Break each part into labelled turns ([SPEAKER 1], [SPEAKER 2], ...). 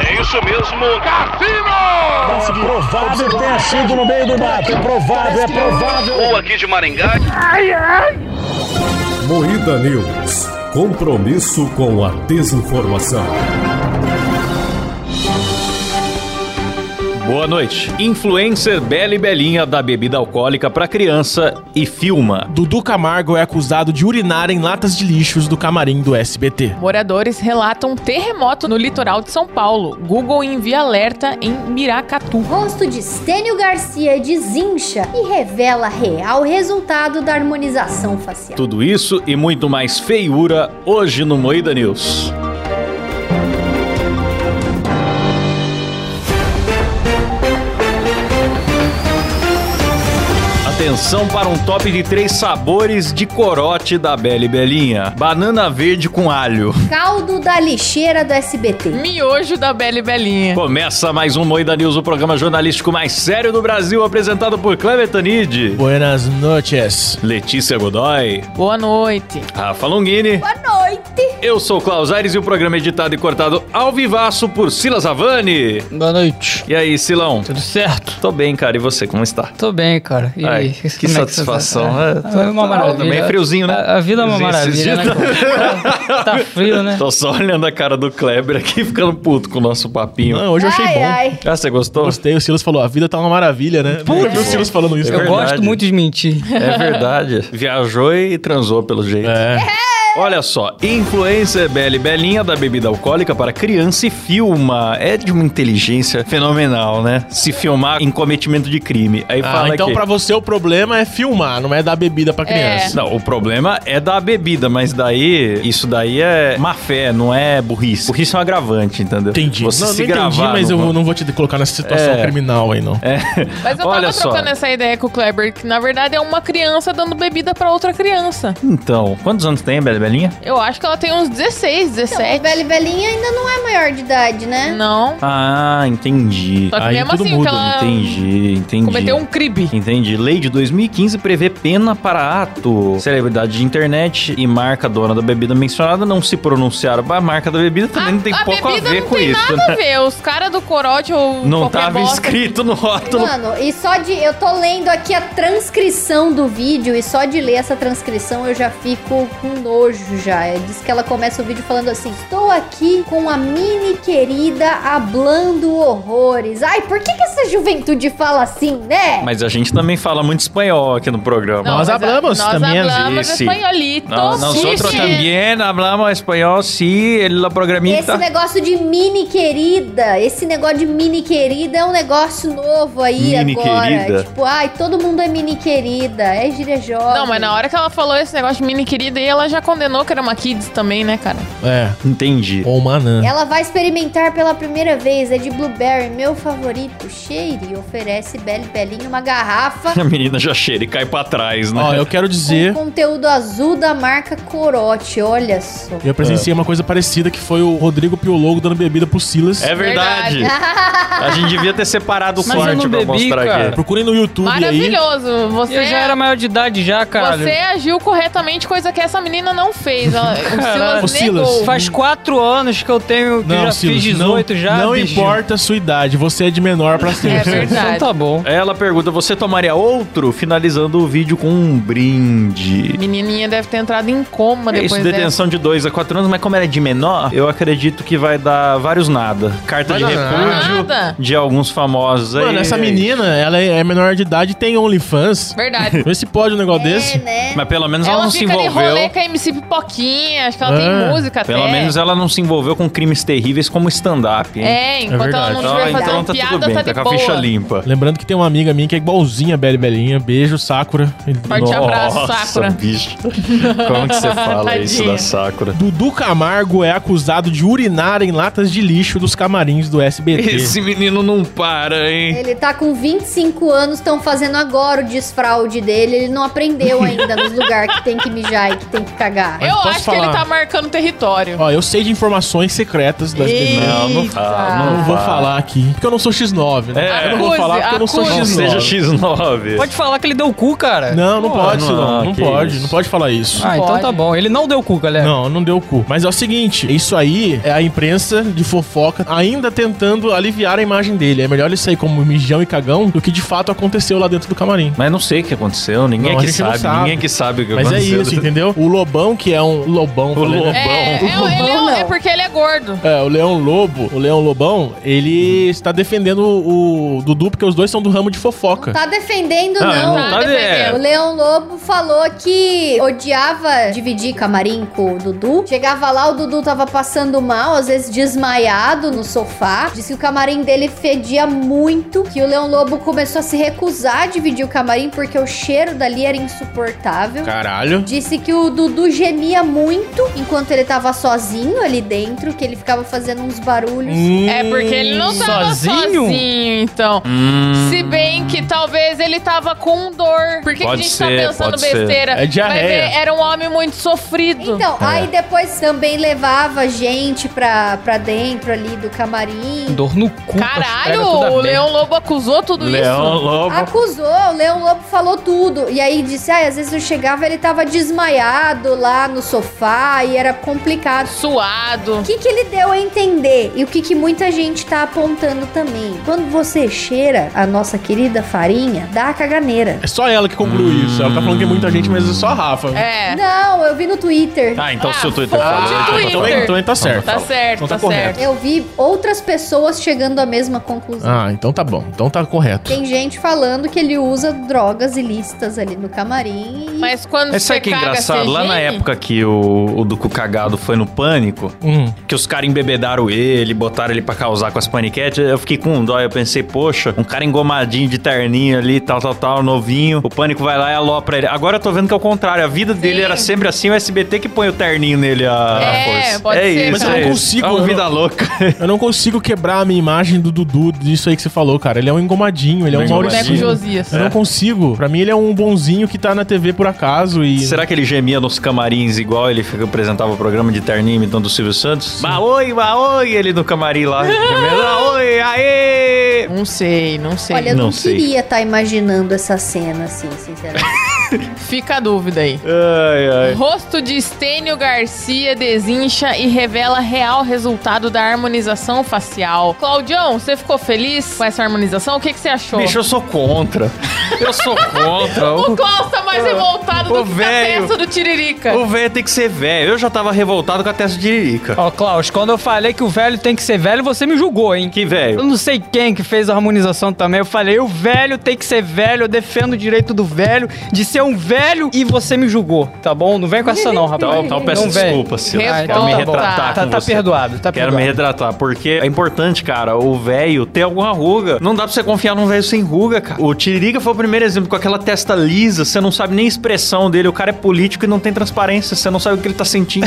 [SPEAKER 1] É isso mesmo, Cassino!
[SPEAKER 2] Mas provável tenha sido no meio do mato. É provável, é provável.
[SPEAKER 1] Ou aqui de Maringá.
[SPEAKER 3] Moída News. Compromisso com a desinformação.
[SPEAKER 4] Boa noite. Influencer Bela e Belinha dá bebida alcoólica pra criança e filma.
[SPEAKER 5] Dudu Camargo é acusado de urinar em latas de lixos do camarim do SBT.
[SPEAKER 6] Moradores relatam um terremoto no litoral de São Paulo. Google envia alerta em Miracatu.
[SPEAKER 7] Rosto de Stênio Garcia desincha e revela real resultado da harmonização facial.
[SPEAKER 4] Tudo isso e muito mais feiura hoje no Moída News. Atenção para um top de três sabores de corote da Bela e Belinha. Banana verde com alho.
[SPEAKER 7] Caldo da lixeira do
[SPEAKER 5] Hum.
[SPEAKER 7] SBT.
[SPEAKER 6] Miojo da Bela e Belinha.
[SPEAKER 4] Começa mais um Moída News, o programa jornalístico mais sério do Brasil, apresentado por Cleber Tanid,
[SPEAKER 5] Buenas noches.
[SPEAKER 4] Letícia Godoy,
[SPEAKER 6] Boa noite.
[SPEAKER 4] Rafa Longini.
[SPEAKER 7] Boa noite.
[SPEAKER 4] Eu sou o Klaus Aires e o programa é editado e cortado ao vivaço por Silas Avani.
[SPEAKER 8] Boa noite.
[SPEAKER 4] E aí, Silão?
[SPEAKER 8] Tudo certo?
[SPEAKER 4] Tô bem, cara. E você, como está?
[SPEAKER 8] Tô bem, cara. E
[SPEAKER 4] Ai,
[SPEAKER 8] aí,
[SPEAKER 4] que
[SPEAKER 8] como é você
[SPEAKER 4] satisfação,
[SPEAKER 8] tá?
[SPEAKER 4] né?
[SPEAKER 8] Ah,
[SPEAKER 4] Tá-
[SPEAKER 8] É uma
[SPEAKER 4] tá
[SPEAKER 8] maravilha.
[SPEAKER 4] também, friozinho, né?
[SPEAKER 8] A, a vida é uma
[SPEAKER 4] Esses
[SPEAKER 8] maravilha, né?
[SPEAKER 4] dias
[SPEAKER 8] cara? Tá, tá frio, né?
[SPEAKER 4] Tô só olhando a cara do Kleber aqui, ficando puto com o nosso papinho.
[SPEAKER 5] Não, hoje eu achei
[SPEAKER 7] ai,
[SPEAKER 5] bom.
[SPEAKER 7] ai.
[SPEAKER 4] Ah, você gostou?
[SPEAKER 5] Gostei, o Silas falou, a vida tá uma maravilha, né? Nunca vi o Silas falando isso.
[SPEAKER 4] É
[SPEAKER 8] Eu
[SPEAKER 5] cara.
[SPEAKER 4] verdade.
[SPEAKER 8] gosto muito de mentir.
[SPEAKER 4] É verdade. Viajou e transou pelo jeito.
[SPEAKER 5] É.
[SPEAKER 4] Olha só, influencer Belle Belinha da bebida alcoólica para criança e filma. É de uma inteligência fenomenal, né? Se filmar em cometimento de crime. Aí
[SPEAKER 5] Ah,
[SPEAKER 4] fala
[SPEAKER 5] então
[SPEAKER 4] que...
[SPEAKER 5] pra você o problema é filmar, não é dar bebida pra criança.
[SPEAKER 4] Não, o problema é da bebida, mas daí, isso daí é má fé, não é burrice. Burrice é um agravante, entendeu?
[SPEAKER 5] Entendi.
[SPEAKER 4] Você
[SPEAKER 5] não,
[SPEAKER 4] se
[SPEAKER 5] não
[SPEAKER 4] gravar
[SPEAKER 5] entendi, mas
[SPEAKER 4] no-
[SPEAKER 5] eu não vou te colocar nessa situação
[SPEAKER 4] É.
[SPEAKER 5] criminal aí, não.
[SPEAKER 4] É.
[SPEAKER 6] Mas eu
[SPEAKER 4] Olha
[SPEAKER 6] tava
[SPEAKER 4] só.
[SPEAKER 6] trocando essa ideia com o Kleber, que na verdade é uma criança dando bebida pra outra criança.
[SPEAKER 4] Então, quantos anos tem a Belle Belinha?
[SPEAKER 6] Eu acho que ela tem uns 16,
[SPEAKER 7] Então, a
[SPEAKER 6] 17.
[SPEAKER 7] Bela e Belinha ainda não é maior de idade, né?
[SPEAKER 6] Não.
[SPEAKER 4] Ah, entendi.
[SPEAKER 6] Só que
[SPEAKER 5] Aí
[SPEAKER 6] mesmo
[SPEAKER 5] tudo
[SPEAKER 6] assim,
[SPEAKER 5] muda,
[SPEAKER 6] que ela
[SPEAKER 4] Entendi, entendi.
[SPEAKER 6] cometeu um crime.
[SPEAKER 4] Entendi. Lei de 2015 prevê pena para ato. Celebridade de internet e marca dona da bebida mencionada não se pronunciaram. Mas A marca da bebida também não tem
[SPEAKER 6] a
[SPEAKER 4] pouco a
[SPEAKER 6] bebida
[SPEAKER 4] ver
[SPEAKER 6] não
[SPEAKER 4] com
[SPEAKER 6] tem
[SPEAKER 4] isso,
[SPEAKER 6] nada
[SPEAKER 4] né?
[SPEAKER 6] a ver. Os caras do corote ou
[SPEAKER 4] Não
[SPEAKER 6] qualquer
[SPEAKER 4] tava
[SPEAKER 6] bosta.
[SPEAKER 4] escrito no rótulo.
[SPEAKER 7] Mano, e só de. Eu tô lendo aqui a transcrição do vídeo, e só de ler essa transcrição eu já fico com nojo já. É, Diz que ela começa o vídeo falando assim: Estou aqui com a mini querida hablando horrores. Ai, por que, que essa juventude fala assim, né?
[SPEAKER 4] Mas a gente também fala muito espanhol aqui no programa.
[SPEAKER 5] Nós
[SPEAKER 6] a-
[SPEAKER 5] hablamos
[SPEAKER 6] nós
[SPEAKER 5] também,
[SPEAKER 6] hablamos
[SPEAKER 4] sim.
[SPEAKER 6] espanholito.
[SPEAKER 4] Nós, nós
[SPEAKER 6] sim,
[SPEAKER 4] outros
[SPEAKER 6] sim.
[SPEAKER 4] também hablamos espanhol, sim, ele la
[SPEAKER 7] Esse
[SPEAKER 4] programita.
[SPEAKER 7] negócio de mini querida, esse negócio de mini querida é um negócio novo aí
[SPEAKER 4] Mini
[SPEAKER 7] agora.
[SPEAKER 4] querida?
[SPEAKER 7] Tipo, ai, todo mundo é mini querida, é gíria jovem.
[SPEAKER 6] Não, mas na hora que ela falou esse negócio de mini querida, aí ela já condenou que era uma kids também, né, cara?
[SPEAKER 5] É.
[SPEAKER 4] Entendi.
[SPEAKER 5] Ou
[SPEAKER 4] Hum.
[SPEAKER 5] manã.
[SPEAKER 7] Ela vai experimentar pela primeira vez, é de blueberry, meu favorito. Cheire e oferece Belle Belinha uma garrafa
[SPEAKER 4] A menina já cheira e cai pra trás, né?
[SPEAKER 5] Ó, eu quero
[SPEAKER 7] com
[SPEAKER 5] dizer...
[SPEAKER 7] conteúdo azul da marca Corote, olha só.
[SPEAKER 5] Eu
[SPEAKER 4] É.
[SPEAKER 5] presenciei uma coisa parecida que foi o Rodrigo Piologo dando bebida pro Silas.
[SPEAKER 4] É verdade. A gente devia ter separado o
[SPEAKER 8] Mas eu
[SPEAKER 4] corte
[SPEAKER 8] não
[SPEAKER 4] pra
[SPEAKER 8] bebi,
[SPEAKER 4] mostrar
[SPEAKER 8] cara.
[SPEAKER 4] aqui.
[SPEAKER 5] Procurem no YouTube aí.
[SPEAKER 6] Maravilhoso. Você,
[SPEAKER 8] Eu já era maior de idade já, cara.
[SPEAKER 6] você agiu corretamente, coisa que essa menina não fez. Ela, o
[SPEAKER 5] Ô,
[SPEAKER 6] Silas negou.
[SPEAKER 5] Silas,
[SPEAKER 8] Faz quatro anos que eu tenho, que já fiz 18
[SPEAKER 5] é não,
[SPEAKER 8] já.
[SPEAKER 5] não
[SPEAKER 8] bicho.
[SPEAKER 5] importa a sua idade, você é de menor pra ser.
[SPEAKER 6] É
[SPEAKER 5] Silas.
[SPEAKER 6] verdade.
[SPEAKER 8] Então tá bom.
[SPEAKER 4] Ela pergunta: você tomaria outro? Finalizando o vídeo com um brinde.
[SPEAKER 6] Menininha deve ter entrado em coma
[SPEAKER 4] É
[SPEAKER 6] depois
[SPEAKER 4] isso,
[SPEAKER 6] dessa.
[SPEAKER 4] detenção de 2 a 4 anos, mas como ela é de menor, eu acredito que vai dar vários nada. Carta de
[SPEAKER 5] Vai dar
[SPEAKER 4] repúdio
[SPEAKER 6] nada.
[SPEAKER 4] de alguns famosos aí.
[SPEAKER 5] Mano, essa menina, ela é é menor de idade e tem OnlyFans.
[SPEAKER 6] Verdade.
[SPEAKER 5] Vê se pode um negócio
[SPEAKER 7] É,
[SPEAKER 5] desse.
[SPEAKER 7] né?
[SPEAKER 4] Mas pelo menos ela,
[SPEAKER 6] Ela
[SPEAKER 4] não se
[SPEAKER 6] fica ali
[SPEAKER 4] envolveu. É,
[SPEAKER 6] rolê com a MC Pipoquinha, acho que ela
[SPEAKER 5] Ah,
[SPEAKER 6] tem música até.
[SPEAKER 4] Pelo menos ela não se envolveu com crimes terríveis como stand-up, hein?
[SPEAKER 6] É, enquanto
[SPEAKER 5] verdade.
[SPEAKER 6] ela não
[SPEAKER 4] Então,
[SPEAKER 6] estiver
[SPEAKER 4] então
[SPEAKER 6] fazendo
[SPEAKER 4] tá
[SPEAKER 6] piada,
[SPEAKER 4] tudo bem,
[SPEAKER 6] tá
[SPEAKER 4] tá,
[SPEAKER 6] de
[SPEAKER 4] com a
[SPEAKER 6] boa.
[SPEAKER 4] ficha limpa.
[SPEAKER 5] Lembrando que tem uma amiga minha que é igualzinha a Belle Belinha. Beijo, Sakura.
[SPEAKER 6] Forte
[SPEAKER 5] Nossa.
[SPEAKER 6] abraço, Sakura.
[SPEAKER 4] bicho. Como que você fala isso
[SPEAKER 6] Tadinha.
[SPEAKER 4] da Sakura?
[SPEAKER 5] Dudu Camargo é acusado de urinar em latas de lixo dos camarins do SBT.
[SPEAKER 4] Esse menino não para, hein?
[SPEAKER 7] Ele tá com 25 anos, estão fazendo agora o desfraude dele, ele não aprendeu ainda nos lugares que tem que mijar e que tem que cagar. será?
[SPEAKER 5] Mas
[SPEAKER 6] eu
[SPEAKER 5] posso
[SPEAKER 6] acho que
[SPEAKER 5] falar?
[SPEAKER 6] ele tá marcando território.
[SPEAKER 5] Ó, eu sei de informações secretas das
[SPEAKER 6] Eita.
[SPEAKER 5] pessoas.
[SPEAKER 4] Não, não fala, não,
[SPEAKER 5] Não vou
[SPEAKER 4] fala.
[SPEAKER 5] falar aqui, porque eu não sou X9, né?
[SPEAKER 4] É,
[SPEAKER 5] eu não vou
[SPEAKER 6] acuse,
[SPEAKER 5] falar porque eu não sou
[SPEAKER 6] acuse.
[SPEAKER 4] Não
[SPEAKER 5] X9.
[SPEAKER 4] seja X9.
[SPEAKER 8] Pode falar que ele deu o cu, cara.
[SPEAKER 5] Não, não
[SPEAKER 4] Pô,
[SPEAKER 5] pode,
[SPEAKER 4] não,
[SPEAKER 5] Silão. Não,
[SPEAKER 4] Ah, que
[SPEAKER 5] pode,
[SPEAKER 4] isso.
[SPEAKER 5] não pode falar isso.
[SPEAKER 8] Ah, então
[SPEAKER 6] Pode.
[SPEAKER 8] tá bom. Ele não deu o cu, galera.
[SPEAKER 5] Não, não deu o cu. Mas é o seguinte, isso aí é a imprensa de fofoca ainda tentando aliviar a imagem dele. É melhor ele sair como mijão e cagão do que de fato aconteceu lá dentro do camarim.
[SPEAKER 4] Mas não sei o que aconteceu, ninguém
[SPEAKER 5] Não, a
[SPEAKER 4] aqui
[SPEAKER 5] gente não
[SPEAKER 4] sabe,
[SPEAKER 5] sabe.
[SPEAKER 4] ninguém aqui sabe o que
[SPEAKER 5] Mas é
[SPEAKER 4] aconteceu.
[SPEAKER 5] isso, entendeu? O Lobão, que é um lobão,
[SPEAKER 4] O
[SPEAKER 5] falei, né?
[SPEAKER 4] Lobão.
[SPEAKER 6] É, é,
[SPEAKER 7] Lobão,
[SPEAKER 6] ele é um-
[SPEAKER 7] não.
[SPEAKER 6] é porque ele é gordo.
[SPEAKER 5] É, o Leão Lobo, o Leão Lobão, ele está defendendo o, o Dudu, porque os dois são do ramo de fofoca.
[SPEAKER 7] Tá defendendo,
[SPEAKER 4] Não,
[SPEAKER 7] não.
[SPEAKER 4] não tá
[SPEAKER 7] O
[SPEAKER 4] defendendo.
[SPEAKER 7] Leão Lobo falou que odiava dividir camarim com o Dudu. Chegava lá, o Dudu tava passando mal, às vezes desmaiado no sofá. Disse que o camarim dele fedia muito, que o Leão Lobo começou a se recusar a dividir o camarim porque o cheiro dali era insuportável.
[SPEAKER 5] Caralho.
[SPEAKER 7] Disse que o Dudu gemia muito enquanto ele tava sozinho ali dentro, que ele ficava fazendo uns barulhos.
[SPEAKER 6] É porque ele não tava sozinho,
[SPEAKER 8] sozinho?
[SPEAKER 6] então.
[SPEAKER 4] Hum.
[SPEAKER 6] Se bem que talvez ele tava com dor. Por que, que a
[SPEAKER 4] Pode
[SPEAKER 6] gente
[SPEAKER 4] ser,
[SPEAKER 6] tá pensando
[SPEAKER 4] pode ser.
[SPEAKER 6] besteira?
[SPEAKER 5] É diarreia.
[SPEAKER 6] Vai ver, era um homem muito sofrido.
[SPEAKER 7] Então, aí depois também levava gente pra, pra dentro ali do camarim.
[SPEAKER 8] Dor no cu.
[SPEAKER 6] Caralho,
[SPEAKER 8] pega tudo
[SPEAKER 6] o
[SPEAKER 8] aberto.
[SPEAKER 6] Leão Lobo acusou tudo
[SPEAKER 4] Leão
[SPEAKER 6] isso.
[SPEAKER 4] Lobo.
[SPEAKER 7] Acusou, o Leão Lobo falou tudo. E aí disse, ah, às vezes eu chegava ele tava desmaiado lá no sofá e era complicado.
[SPEAKER 6] Suado.
[SPEAKER 7] O que, que ele deu a entender? E o que, que muita gente tá apontando também? Quando você cheira a nossa querida farinha, dá a caganeira.
[SPEAKER 5] É só ela que conclui
[SPEAKER 4] Hum.
[SPEAKER 5] isso. Ela tá falando que é muita gente, mas é só a Rafa.
[SPEAKER 6] É.
[SPEAKER 7] Não, eu vi no Twitter.
[SPEAKER 4] Ah, então
[SPEAKER 6] Ah,
[SPEAKER 4] se o Twitter
[SPEAKER 6] fonte
[SPEAKER 4] falou, então tá
[SPEAKER 6] Twitter.
[SPEAKER 5] Então,
[SPEAKER 4] bom.
[SPEAKER 5] então ele tá certo.
[SPEAKER 6] Tá certo,
[SPEAKER 5] Então
[SPEAKER 6] tá,
[SPEAKER 5] tá
[SPEAKER 6] certo.
[SPEAKER 5] correto.
[SPEAKER 7] Eu vi outras pessoas chegando à mesma conclusão.
[SPEAKER 5] Ah, então tá bom. Então tá correto.
[SPEAKER 7] Tem gente falando que ele usa drogas ilícitas ali no camarim. e-
[SPEAKER 6] Mas quando
[SPEAKER 4] Mas
[SPEAKER 6] você
[SPEAKER 4] sabe que é
[SPEAKER 6] caga,
[SPEAKER 4] engraçado?
[SPEAKER 6] você
[SPEAKER 4] Lá na
[SPEAKER 6] geme?
[SPEAKER 4] época que o, o Duco Cagado foi no pânico,
[SPEAKER 5] Hum.
[SPEAKER 4] que os caras embebedaram ele, botaram ele pra causar com as paniquetes, eu fiquei com um dó. Eu pensei, poxa, um cara engomadinho de terninho ali, tal, tal, tal, novinho. O pânico vai lá e alopra ele. Agora eu tô vendo que é o contrário. A vida dele
[SPEAKER 6] Sim.
[SPEAKER 4] era sempre assim, o SBT que põe o terninho nele
[SPEAKER 6] É,
[SPEAKER 4] a, a força.
[SPEAKER 6] pode
[SPEAKER 4] é
[SPEAKER 6] ser,
[SPEAKER 4] isso,
[SPEAKER 6] Mas eu
[SPEAKER 4] é
[SPEAKER 6] não
[SPEAKER 4] isso.
[SPEAKER 5] consigo,
[SPEAKER 4] É
[SPEAKER 5] eu
[SPEAKER 4] uma
[SPEAKER 5] não-
[SPEAKER 4] vida louca.
[SPEAKER 5] Eu não consigo quebrar a minha imagem do Dudu disso aí que você falou, cara. Ele é um engomadinho, ele é
[SPEAKER 4] Um
[SPEAKER 5] um
[SPEAKER 4] engomadinho.
[SPEAKER 6] Boneco
[SPEAKER 5] Mauricinho.
[SPEAKER 6] Josias.
[SPEAKER 5] Eu não consigo. Pra mim, ele é um bonzinho que tá na TV por acaso e.
[SPEAKER 4] Será que ele gemia nos camarins igual ele fica- apresentava o programa de terninho imitando o Silvio Santos? Baoi, baoi, ele no camarim lá. gemendo, Baoi, aê!
[SPEAKER 6] Não sei, não sei.
[SPEAKER 7] Olha, eu não,
[SPEAKER 4] Não sei.
[SPEAKER 7] queria estar imaginando essa cena, assim, sinceramente.
[SPEAKER 6] Fica a dúvida aí.
[SPEAKER 4] Ai, ai.
[SPEAKER 6] Rosto de Estênio Garcia desincha e revela real resultado da harmonização facial. Claudião, você ficou feliz com essa harmonização? O que, que você achou?
[SPEAKER 4] Bicho, eu sou contra. Eu sou contra.
[SPEAKER 6] O
[SPEAKER 4] O-
[SPEAKER 6] Klaus tá mais revoltado
[SPEAKER 4] o
[SPEAKER 6] do que a
[SPEAKER 4] velho.
[SPEAKER 6] peça do Tiririca.
[SPEAKER 4] O velho tem que ser velho. Eu já tava revoltado com a testa de Irica.
[SPEAKER 8] Ó, Klaus, quando eu falei que o velho tem que ser velho, você me julgou, hein?
[SPEAKER 4] Que
[SPEAKER 8] Eu
[SPEAKER 4] velho.
[SPEAKER 8] não sei quem que fez a harmonização também. Eu falei, o velho tem que ser velho, eu defendo o direito do velho de ser um velho e você me julgou, tá bom? Não vem com essa não, rapaz.
[SPEAKER 4] Então, então peço
[SPEAKER 8] Não vem.
[SPEAKER 4] desculpa, Silas.
[SPEAKER 6] Ah,
[SPEAKER 4] Quero me
[SPEAKER 6] então tá bom.
[SPEAKER 4] retratar
[SPEAKER 8] Tá,
[SPEAKER 4] com
[SPEAKER 8] tá
[SPEAKER 4] você.
[SPEAKER 8] perdoado, tá
[SPEAKER 4] Quero
[SPEAKER 8] perdoado.
[SPEAKER 4] me retratar, porque é importante, cara, o velho ter alguma ruga. Não dá pra você confiar num velho sem ruga, cara. O Tiririca foi o primeiro exemplo, com aquela testa lisa, você não sabe nem a expressão dele. O cara é político e não tem transparência, você não sabe o que ele tá sentindo.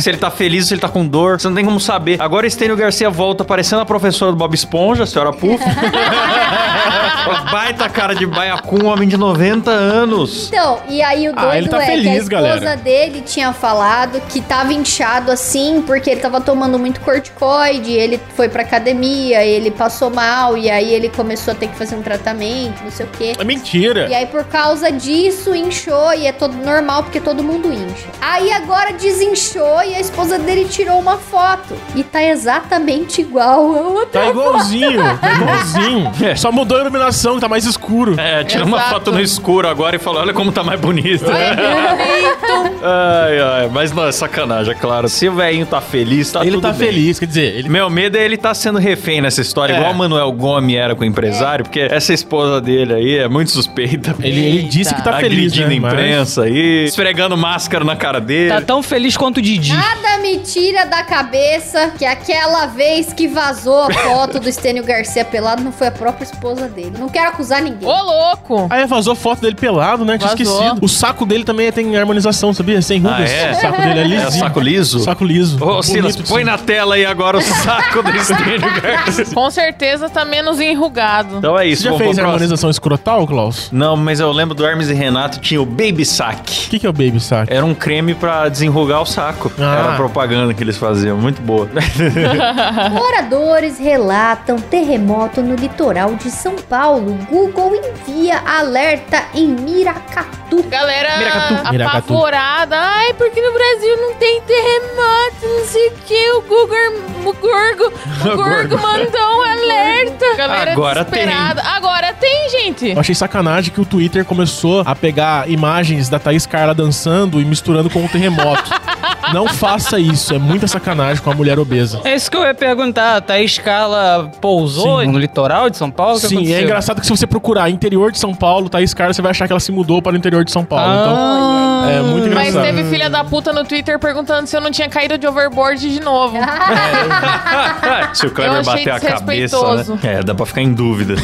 [SPEAKER 4] se ele tá feliz, se ele tá com dor, você não tem como saber. Agora Estênio Garcia volta parecendo a professora do Bob Esponja, a senhora Puff. Uma Baita cara de baiacu, um homem de 90 anos.
[SPEAKER 7] Então, e aí o doido
[SPEAKER 5] ele tá
[SPEAKER 7] é que a
[SPEAKER 5] feliz,
[SPEAKER 7] esposa
[SPEAKER 5] galera.
[SPEAKER 7] dele tinha falado que tava inchado assim, porque ele tava tomando muito corticoide, ele foi pra academia, ele passou mal, e aí ele começou a ter que fazer um tratamento, não sei o quê.
[SPEAKER 5] É mentira.
[SPEAKER 7] E aí, por causa disso, inchou e é todo normal, porque todo mundo incha. Aí agora desinchou e a esposa dele tirou uma foto. E tá exatamente igual a outra.
[SPEAKER 5] Tá igualzinho, tá igualzinho. Só mudou a iluminação, tá mais escuro.
[SPEAKER 4] É, tira
[SPEAKER 6] uma
[SPEAKER 4] uma
[SPEAKER 6] Exato. foto
[SPEAKER 4] foto
[SPEAKER 6] no
[SPEAKER 4] no escuro agora e fala: olha como tá mais bonito.
[SPEAKER 6] Perfeito.
[SPEAKER 4] Ai, ai, mas não, é sacanagem, é claro. Se o velhinho tá feliz, tá
[SPEAKER 5] ele
[SPEAKER 4] tudo
[SPEAKER 5] tá
[SPEAKER 4] bem.
[SPEAKER 5] feliz, quer dizer, ele.
[SPEAKER 4] Meu medo é ele tá sendo refém nessa história,
[SPEAKER 5] É.
[SPEAKER 4] igual o Manuel Gomes era com o empresário, porque essa esposa dele aí é muito suspeita.
[SPEAKER 5] Ele, ele disse que tá feliz,
[SPEAKER 4] agredindo
[SPEAKER 5] né?
[SPEAKER 4] a imprensa aí, esfregando máscara na cara dele.
[SPEAKER 8] Tá tão feliz quanto o Didi.
[SPEAKER 7] Nada me tira da cabeça que aquela vez que vazou a foto do Estênio Garcia pelado não foi a própria esposa dele. Não quero acusar ninguém.
[SPEAKER 6] Ô, louco.
[SPEAKER 5] Mas... Aí vazou foto dele pelado, né? Tinha
[SPEAKER 6] Vazou,
[SPEAKER 5] esquecido liso. O saco dele também tem harmonização, sabia? Sem rugas.
[SPEAKER 4] Ah, é?
[SPEAKER 5] O saco dele é liso.
[SPEAKER 4] É saco liso?
[SPEAKER 5] Saco liso.
[SPEAKER 4] Ô, Silas,
[SPEAKER 5] Bonito de
[SPEAKER 4] põe
[SPEAKER 5] se-
[SPEAKER 4] na tela aí agora o saco do Stênio Garcia.
[SPEAKER 6] Com certeza tá menos enrugado.
[SPEAKER 4] Então é
[SPEAKER 5] Você
[SPEAKER 4] isso,
[SPEAKER 5] já
[SPEAKER 4] vamos
[SPEAKER 5] fez
[SPEAKER 4] pro próximo.
[SPEAKER 5] harmonização escrotal, Klaus?
[SPEAKER 4] Não, mas eu lembro do Hermes e Renato, tinha o Baby Sack.
[SPEAKER 5] O que, que é o baby saco?
[SPEAKER 4] Era um creme pra desenrugar o saco.
[SPEAKER 5] Ah.
[SPEAKER 4] Era a propaganda que eles faziam, muito boa.
[SPEAKER 7] Então, Moradores relatam terremoto no litoral de São Paulo. Google envia alerta em Miracatu.
[SPEAKER 6] Galera
[SPEAKER 5] Miracatu. Miracatu.
[SPEAKER 6] apavorada. Ai, porque no Brasil não tem terremoto, não sei o que. O Google, o Gorgo, o Gorgo mandou um alerta. Galera
[SPEAKER 4] Agora
[SPEAKER 6] desesperada. Agora tem, gente.
[SPEAKER 5] Eu achei sacanagem que o Twitter começou a pegar imagens da Thaís Carla dançando e misturando com o terremoto. Não faça isso, é muita sacanagem com a mulher obesa.
[SPEAKER 8] É isso que eu ia perguntar. Tá, A Thaís Carla pousou
[SPEAKER 5] Sim.
[SPEAKER 8] no litoral de São Paulo? O que
[SPEAKER 5] Sim,
[SPEAKER 8] aconteceu?
[SPEAKER 5] é engraçado que se você procurar interior de São Paulo, Thaís Carla, você vai achar que ela se mudou para o interior de São Paulo.
[SPEAKER 8] Ah.
[SPEAKER 5] Então, é muito
[SPEAKER 6] Mas
[SPEAKER 5] engraçado.
[SPEAKER 6] teve filha da puta no Twitter perguntando se eu não tinha caído de overboard de novo.
[SPEAKER 4] Se o
[SPEAKER 6] Eu
[SPEAKER 4] Kleber
[SPEAKER 6] achei
[SPEAKER 4] bater a cabeça,
[SPEAKER 6] desrespeitoso.
[SPEAKER 4] né? É, dá pra ficar em dúvida.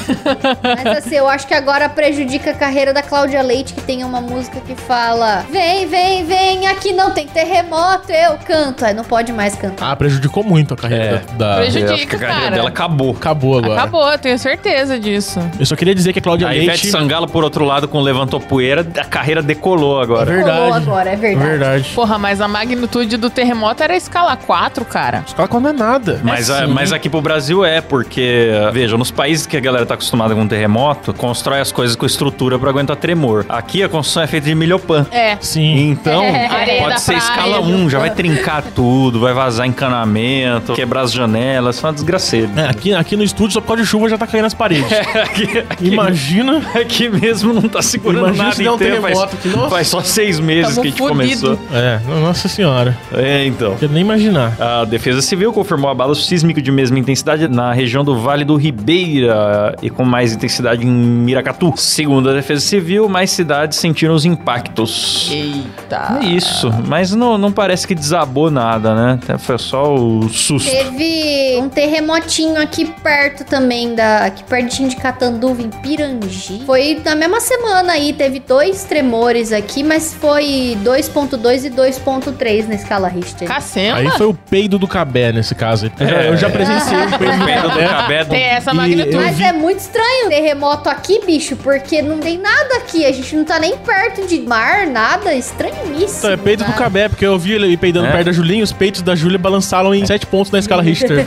[SPEAKER 7] Mas assim, eu acho que agora prejudica a carreira da Cláudia Leite, que tem uma música que fala: Vem, vem, vem, aqui não tem terremoto, eu canto. Aí não pode mais cantar.
[SPEAKER 5] Ah, prejudicou muito a carreira
[SPEAKER 4] É.
[SPEAKER 5] da... da-
[SPEAKER 6] Preju- Prejudica,
[SPEAKER 4] Eu acho que a carreira
[SPEAKER 6] cara.
[SPEAKER 4] dela acabou.
[SPEAKER 5] Acabou agora.
[SPEAKER 6] Acabou, eu tenho certeza disso.
[SPEAKER 5] Eu só queria dizer que a Cláudia
[SPEAKER 4] A Ivete
[SPEAKER 5] Leite...
[SPEAKER 4] Sangalo, por outro lado, com Levantou Poeira, a carreira decolou
[SPEAKER 5] É
[SPEAKER 4] agora.
[SPEAKER 5] verdade.
[SPEAKER 7] Colou agora, é verdade.
[SPEAKER 5] verdade.
[SPEAKER 6] Porra, mas a magnitude do terremoto era escala 4, cara.
[SPEAKER 5] Os caras não é nada.
[SPEAKER 4] Mas, a- mas aqui pro Brasil é, porque, veja, nos países que a galera tá acostumada com terremoto, constrói as coisas com estrutura pra aguentar tremor. Aqui a construção é feita de milhopan.
[SPEAKER 6] É.
[SPEAKER 5] Sim.
[SPEAKER 4] Então,
[SPEAKER 6] Areia da
[SPEAKER 4] pode ser
[SPEAKER 6] praia,
[SPEAKER 4] escala
[SPEAKER 6] viu?
[SPEAKER 4] 1, já vai trincar tudo, vai vazar encanamento, quebrar as janelas, só uma desgraceira.
[SPEAKER 5] É, aqui, aqui no estúdio, só por causa de chuva, já tá caindo as paredes. Imagina...
[SPEAKER 4] Aqui mesmo não tá segurando
[SPEAKER 5] Imagina
[SPEAKER 4] nada
[SPEAKER 5] se der um
[SPEAKER 4] inteiro,
[SPEAKER 5] terremoto aqui, nossa.
[SPEAKER 4] faz, faz só seis meses
[SPEAKER 6] Tamo
[SPEAKER 4] que a gente
[SPEAKER 6] fudido.
[SPEAKER 4] começou.
[SPEAKER 5] É, nossa senhora.
[SPEAKER 4] É, então.
[SPEAKER 5] Não quero nem imaginar.
[SPEAKER 4] A Defesa Civil confirmou abalo sísmico de mesma intensidade na região do Vale do Ribeira e com mais intensidade em Miracatu. Segundo a Defesa Civil, mais cidades sentiram os impactos.
[SPEAKER 6] Eita.
[SPEAKER 4] É isso, mas não, não parece que desabou nada, né? Até Foi só o susto.
[SPEAKER 7] Teve um terremotinho aqui perto também, da, aqui pertinho de Catanduva, em Pirangi. Foi na mesma semana aí, teve dois tremores aqui, mas foi 2.2 e 2.3 na escala Richter.
[SPEAKER 6] Cacema?
[SPEAKER 5] Aí foi o peido do cabé nesse caso. Eu, já, eu já presenciei o peido do
[SPEAKER 4] Pedro do
[SPEAKER 5] cabé.
[SPEAKER 4] Cabé
[SPEAKER 6] Tem essa
[SPEAKER 5] E
[SPEAKER 6] magnitude.
[SPEAKER 5] eu
[SPEAKER 7] Mas
[SPEAKER 5] vi-
[SPEAKER 7] é muito estranho terremoto aqui, bicho, porque não tem nada aqui. A gente não tá nem perto de mar, nada. Estranhíssimo.
[SPEAKER 5] Então, é peido do
[SPEAKER 7] cara.
[SPEAKER 5] cabé, porque eu vi ele peidando
[SPEAKER 4] É.
[SPEAKER 5] perto da Julinha, os peitos da Júlia balançaram em 7 pontos na escala Richter.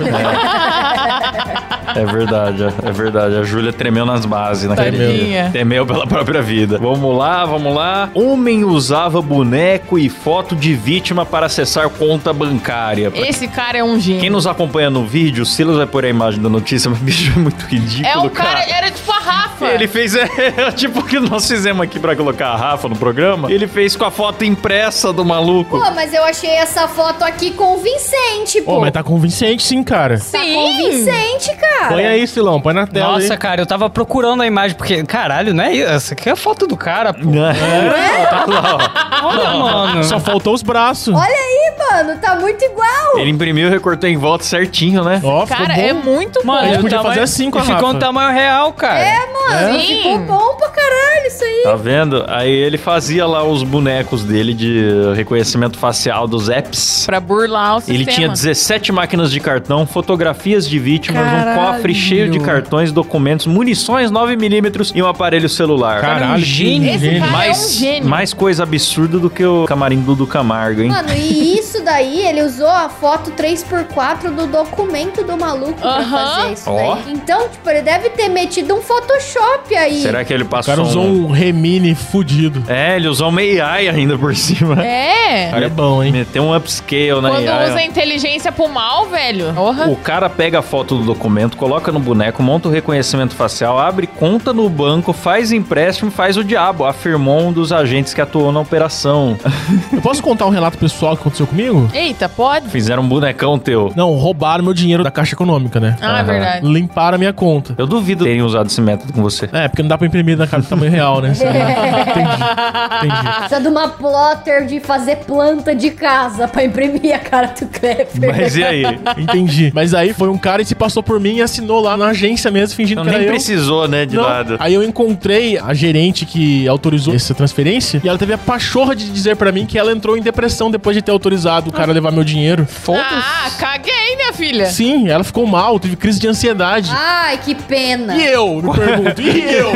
[SPEAKER 4] É verdade, é é verdade. A Júlia tremeu nas bases naquele
[SPEAKER 6] Tadinha.
[SPEAKER 4] dia. Temeu pela própria vida. Vamos lá, vamos lá. Homem usava boneco e foto de vítima para acessar conta bancária. Pra
[SPEAKER 6] Esse cara é um gênio.
[SPEAKER 4] Quem nos acompanha no vídeo, o Silas vai pôr a imagem da notícia, mas bicho, é muito ridículo,
[SPEAKER 6] É o
[SPEAKER 4] cara.
[SPEAKER 6] cara, era tipo a Rafa.
[SPEAKER 4] Ele fez, é, tipo o que nós fizemos aqui pra colocar a Rafa no programa. Ele fez com a foto impressa do maluco.
[SPEAKER 7] Pô, mas eu achei essa foto aqui convincente, pô.
[SPEAKER 5] Pô, mas tá convincente sim, cara.
[SPEAKER 7] Tá
[SPEAKER 6] Sim.
[SPEAKER 7] convincente, cara.
[SPEAKER 5] Põe aí, Silão, põe na tela
[SPEAKER 8] Nossa,
[SPEAKER 5] aí.
[SPEAKER 8] cara, eu tava procurando a imagem, porque, caralho, não é isso? Essa aqui é a foto do cara, pô.
[SPEAKER 4] É, tá lá,
[SPEAKER 8] Olha, mano.
[SPEAKER 5] Só faltou os braços.
[SPEAKER 7] Olha aí, mano. Tá muito igual.
[SPEAKER 4] ó. Ele imprimiu, recortou em volta certinho, né?
[SPEAKER 5] Ó, ficou
[SPEAKER 6] Cara,
[SPEAKER 5] bom.
[SPEAKER 6] é muito bom.
[SPEAKER 5] Mano, a gente
[SPEAKER 8] o
[SPEAKER 5] podia
[SPEAKER 8] tamanho-
[SPEAKER 5] fazer assim com a
[SPEAKER 8] Ficou
[SPEAKER 5] Rafa.
[SPEAKER 8] um tamanho real, cara. É,
[SPEAKER 7] Mano,
[SPEAKER 6] É?
[SPEAKER 7] ficou bom pra caralho isso aí.
[SPEAKER 4] Tá vendo? Aí ele fazia lá os bonecos dele de reconhecimento facial dos apps.
[SPEAKER 6] Pra burlar o sistema.
[SPEAKER 4] Ele tinha 17 máquinas de cartão, fotografias de vítimas, um cofre cheio de cartões, documentos, munições 9mm e um aparelho celular.
[SPEAKER 5] Caralho,
[SPEAKER 4] Cara, um
[SPEAKER 5] que
[SPEAKER 4] gênio.
[SPEAKER 6] Esse
[SPEAKER 5] gênio.
[SPEAKER 6] cara
[SPEAKER 4] mais,
[SPEAKER 6] é um gênio.
[SPEAKER 4] mais coisa absurda do que o camarim do Dudu Camargo, hein?
[SPEAKER 7] Mano, e isso daí, ele usou a foto 3x4 do documento do maluco pra
[SPEAKER 6] Aham.
[SPEAKER 7] fazer isso
[SPEAKER 4] Ó.
[SPEAKER 7] daí. Então, tipo, ele deve ter metido um Photoshop aí.
[SPEAKER 4] Será que ele
[SPEAKER 5] O
[SPEAKER 4] passou
[SPEAKER 5] cara usou
[SPEAKER 4] um...
[SPEAKER 5] um remini fudido.
[SPEAKER 4] É, ele usou uma AI ainda por cima.
[SPEAKER 6] É.
[SPEAKER 5] Cara, é bom, hein?
[SPEAKER 4] Meteu um upscale na
[SPEAKER 6] Quando
[SPEAKER 4] AI.
[SPEAKER 6] usa a inteligência pro mal, velho. Porra.
[SPEAKER 4] O cara pega a foto do documento, coloca no boneco, monta o reconhecimento facial, abre conta no banco, faz empréstimo, faz o diabo, afirmou um dos agentes que atuou na operação.
[SPEAKER 5] Eu posso contar um relato pessoal que aconteceu comigo?
[SPEAKER 6] Eita, pode?
[SPEAKER 4] Fizeram um bonecão teu.
[SPEAKER 5] Não, roubaram meu dinheiro da Caixa Econômica, né?
[SPEAKER 6] Ah, é
[SPEAKER 4] Aham.
[SPEAKER 6] verdade.
[SPEAKER 5] Limparam a minha conta.
[SPEAKER 4] Eu duvido terem usado esse método com você.
[SPEAKER 5] É, porque não dá pra imprimir na cara do tamanho real, legal, né? Sei lá. Entendi, entendi.
[SPEAKER 7] Precisa de uma plotter de fazer planta de casa pra imprimir a cara do Kleber.
[SPEAKER 4] Mas e aí?
[SPEAKER 5] Entendi. Mas aí foi um cara e se passou por mim e assinou lá na agência mesmo, fingindo
[SPEAKER 4] Então
[SPEAKER 5] que era
[SPEAKER 4] nem
[SPEAKER 5] eu.
[SPEAKER 4] precisou, né, de
[SPEAKER 5] Não.
[SPEAKER 4] nada.
[SPEAKER 5] Aí eu encontrei a gerente que autorizou essa transferência e ela teve a pachorra de dizer pra mim que ela entrou em depressão depois de ter autorizado o cara levar meu dinheiro.
[SPEAKER 6] Ah, caguei, minha filha.
[SPEAKER 5] Sim, ela ficou mal, teve crise de ansiedade.
[SPEAKER 7] Ai, que pena.
[SPEAKER 5] E eu? Me pergunto. E eu?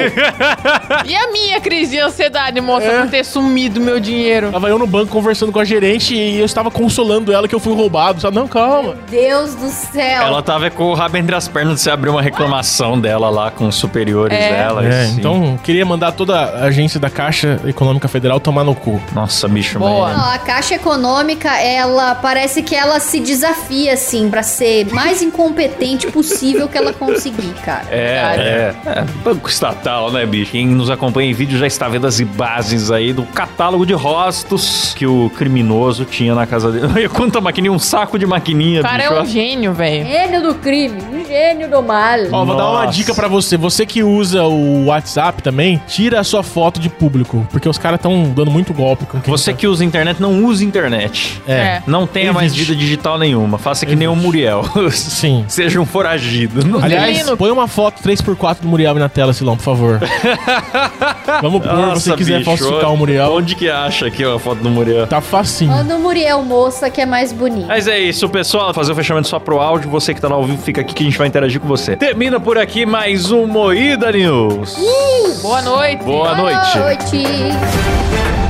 [SPEAKER 6] E a minha crise de ansiedade, moça,
[SPEAKER 5] É.
[SPEAKER 6] por ter sumido meu dinheiro?
[SPEAKER 5] Tava eu no banco conversando com a gerente e eu estava consolando ela que eu fui roubado. Sabe? Não, calma.
[SPEAKER 7] Deus do
[SPEAKER 6] É,
[SPEAKER 7] céu.
[SPEAKER 4] Ela tava com o rabo entre as pernas de você abrir uma reclamação dela lá com os superiores
[SPEAKER 6] É.
[SPEAKER 4] dela.
[SPEAKER 5] É,
[SPEAKER 4] assim.
[SPEAKER 5] então queria mandar toda a agência da Caixa Econômica Federal tomar no cu.
[SPEAKER 4] Nossa, bicho,
[SPEAKER 6] Boa.
[SPEAKER 4] mas-
[SPEAKER 7] Não, a Caixa Econômica, ela parece que ela se desafia, assim, pra ser mais incompetente possível que ela conseguir, cara.
[SPEAKER 4] É, é, é. Banco estatal, né, bicho? Quem nos acompanha em vídeo já está vendo as imagens aí do catálogo de rostos que o criminoso tinha na casa dele. Olha quanta maquininha, um saco de maquininha,
[SPEAKER 6] O cara é
[SPEAKER 4] bicho.
[SPEAKER 6] um gênio, velho.
[SPEAKER 7] Gênio do crime, um gênio do mal.
[SPEAKER 5] Ó, vou dar uma
[SPEAKER 4] Nossa.
[SPEAKER 5] dica pra você. Você que usa o WhatsApp também, tira a sua foto de público, porque os caras estão dando muito golpe com quem tá.
[SPEAKER 4] Você que usa internet, não use internet.
[SPEAKER 5] É.
[SPEAKER 4] Não tenha
[SPEAKER 5] Evite.
[SPEAKER 4] mais vida digital nenhuma. Faça que nem o Muriel.
[SPEAKER 5] Sim.
[SPEAKER 4] Seja um foragido. Não-
[SPEAKER 5] Aliás,
[SPEAKER 6] Menino.
[SPEAKER 5] põe uma foto 3x4 do Muriel aí na tela, Silão, por favor. Vamos pôr,
[SPEAKER 4] Nossa,
[SPEAKER 5] se você quiser
[SPEAKER 4] bicho,
[SPEAKER 5] falsificar o Muriel.
[SPEAKER 4] Onde que acha aqui ó, a foto do Muriel?
[SPEAKER 5] Tá facinho.
[SPEAKER 7] Manda o Muriel, moça, que é mais bonito.
[SPEAKER 4] Mas é isso, pessoal. Fazer o fechamento só pro áudio. Você que tá lá ao vivo, fica aqui que a gente vai interagir com você. Termina por aqui mais um Moída News.
[SPEAKER 6] Boa noite.
[SPEAKER 4] Boa noite.
[SPEAKER 7] Boa noite.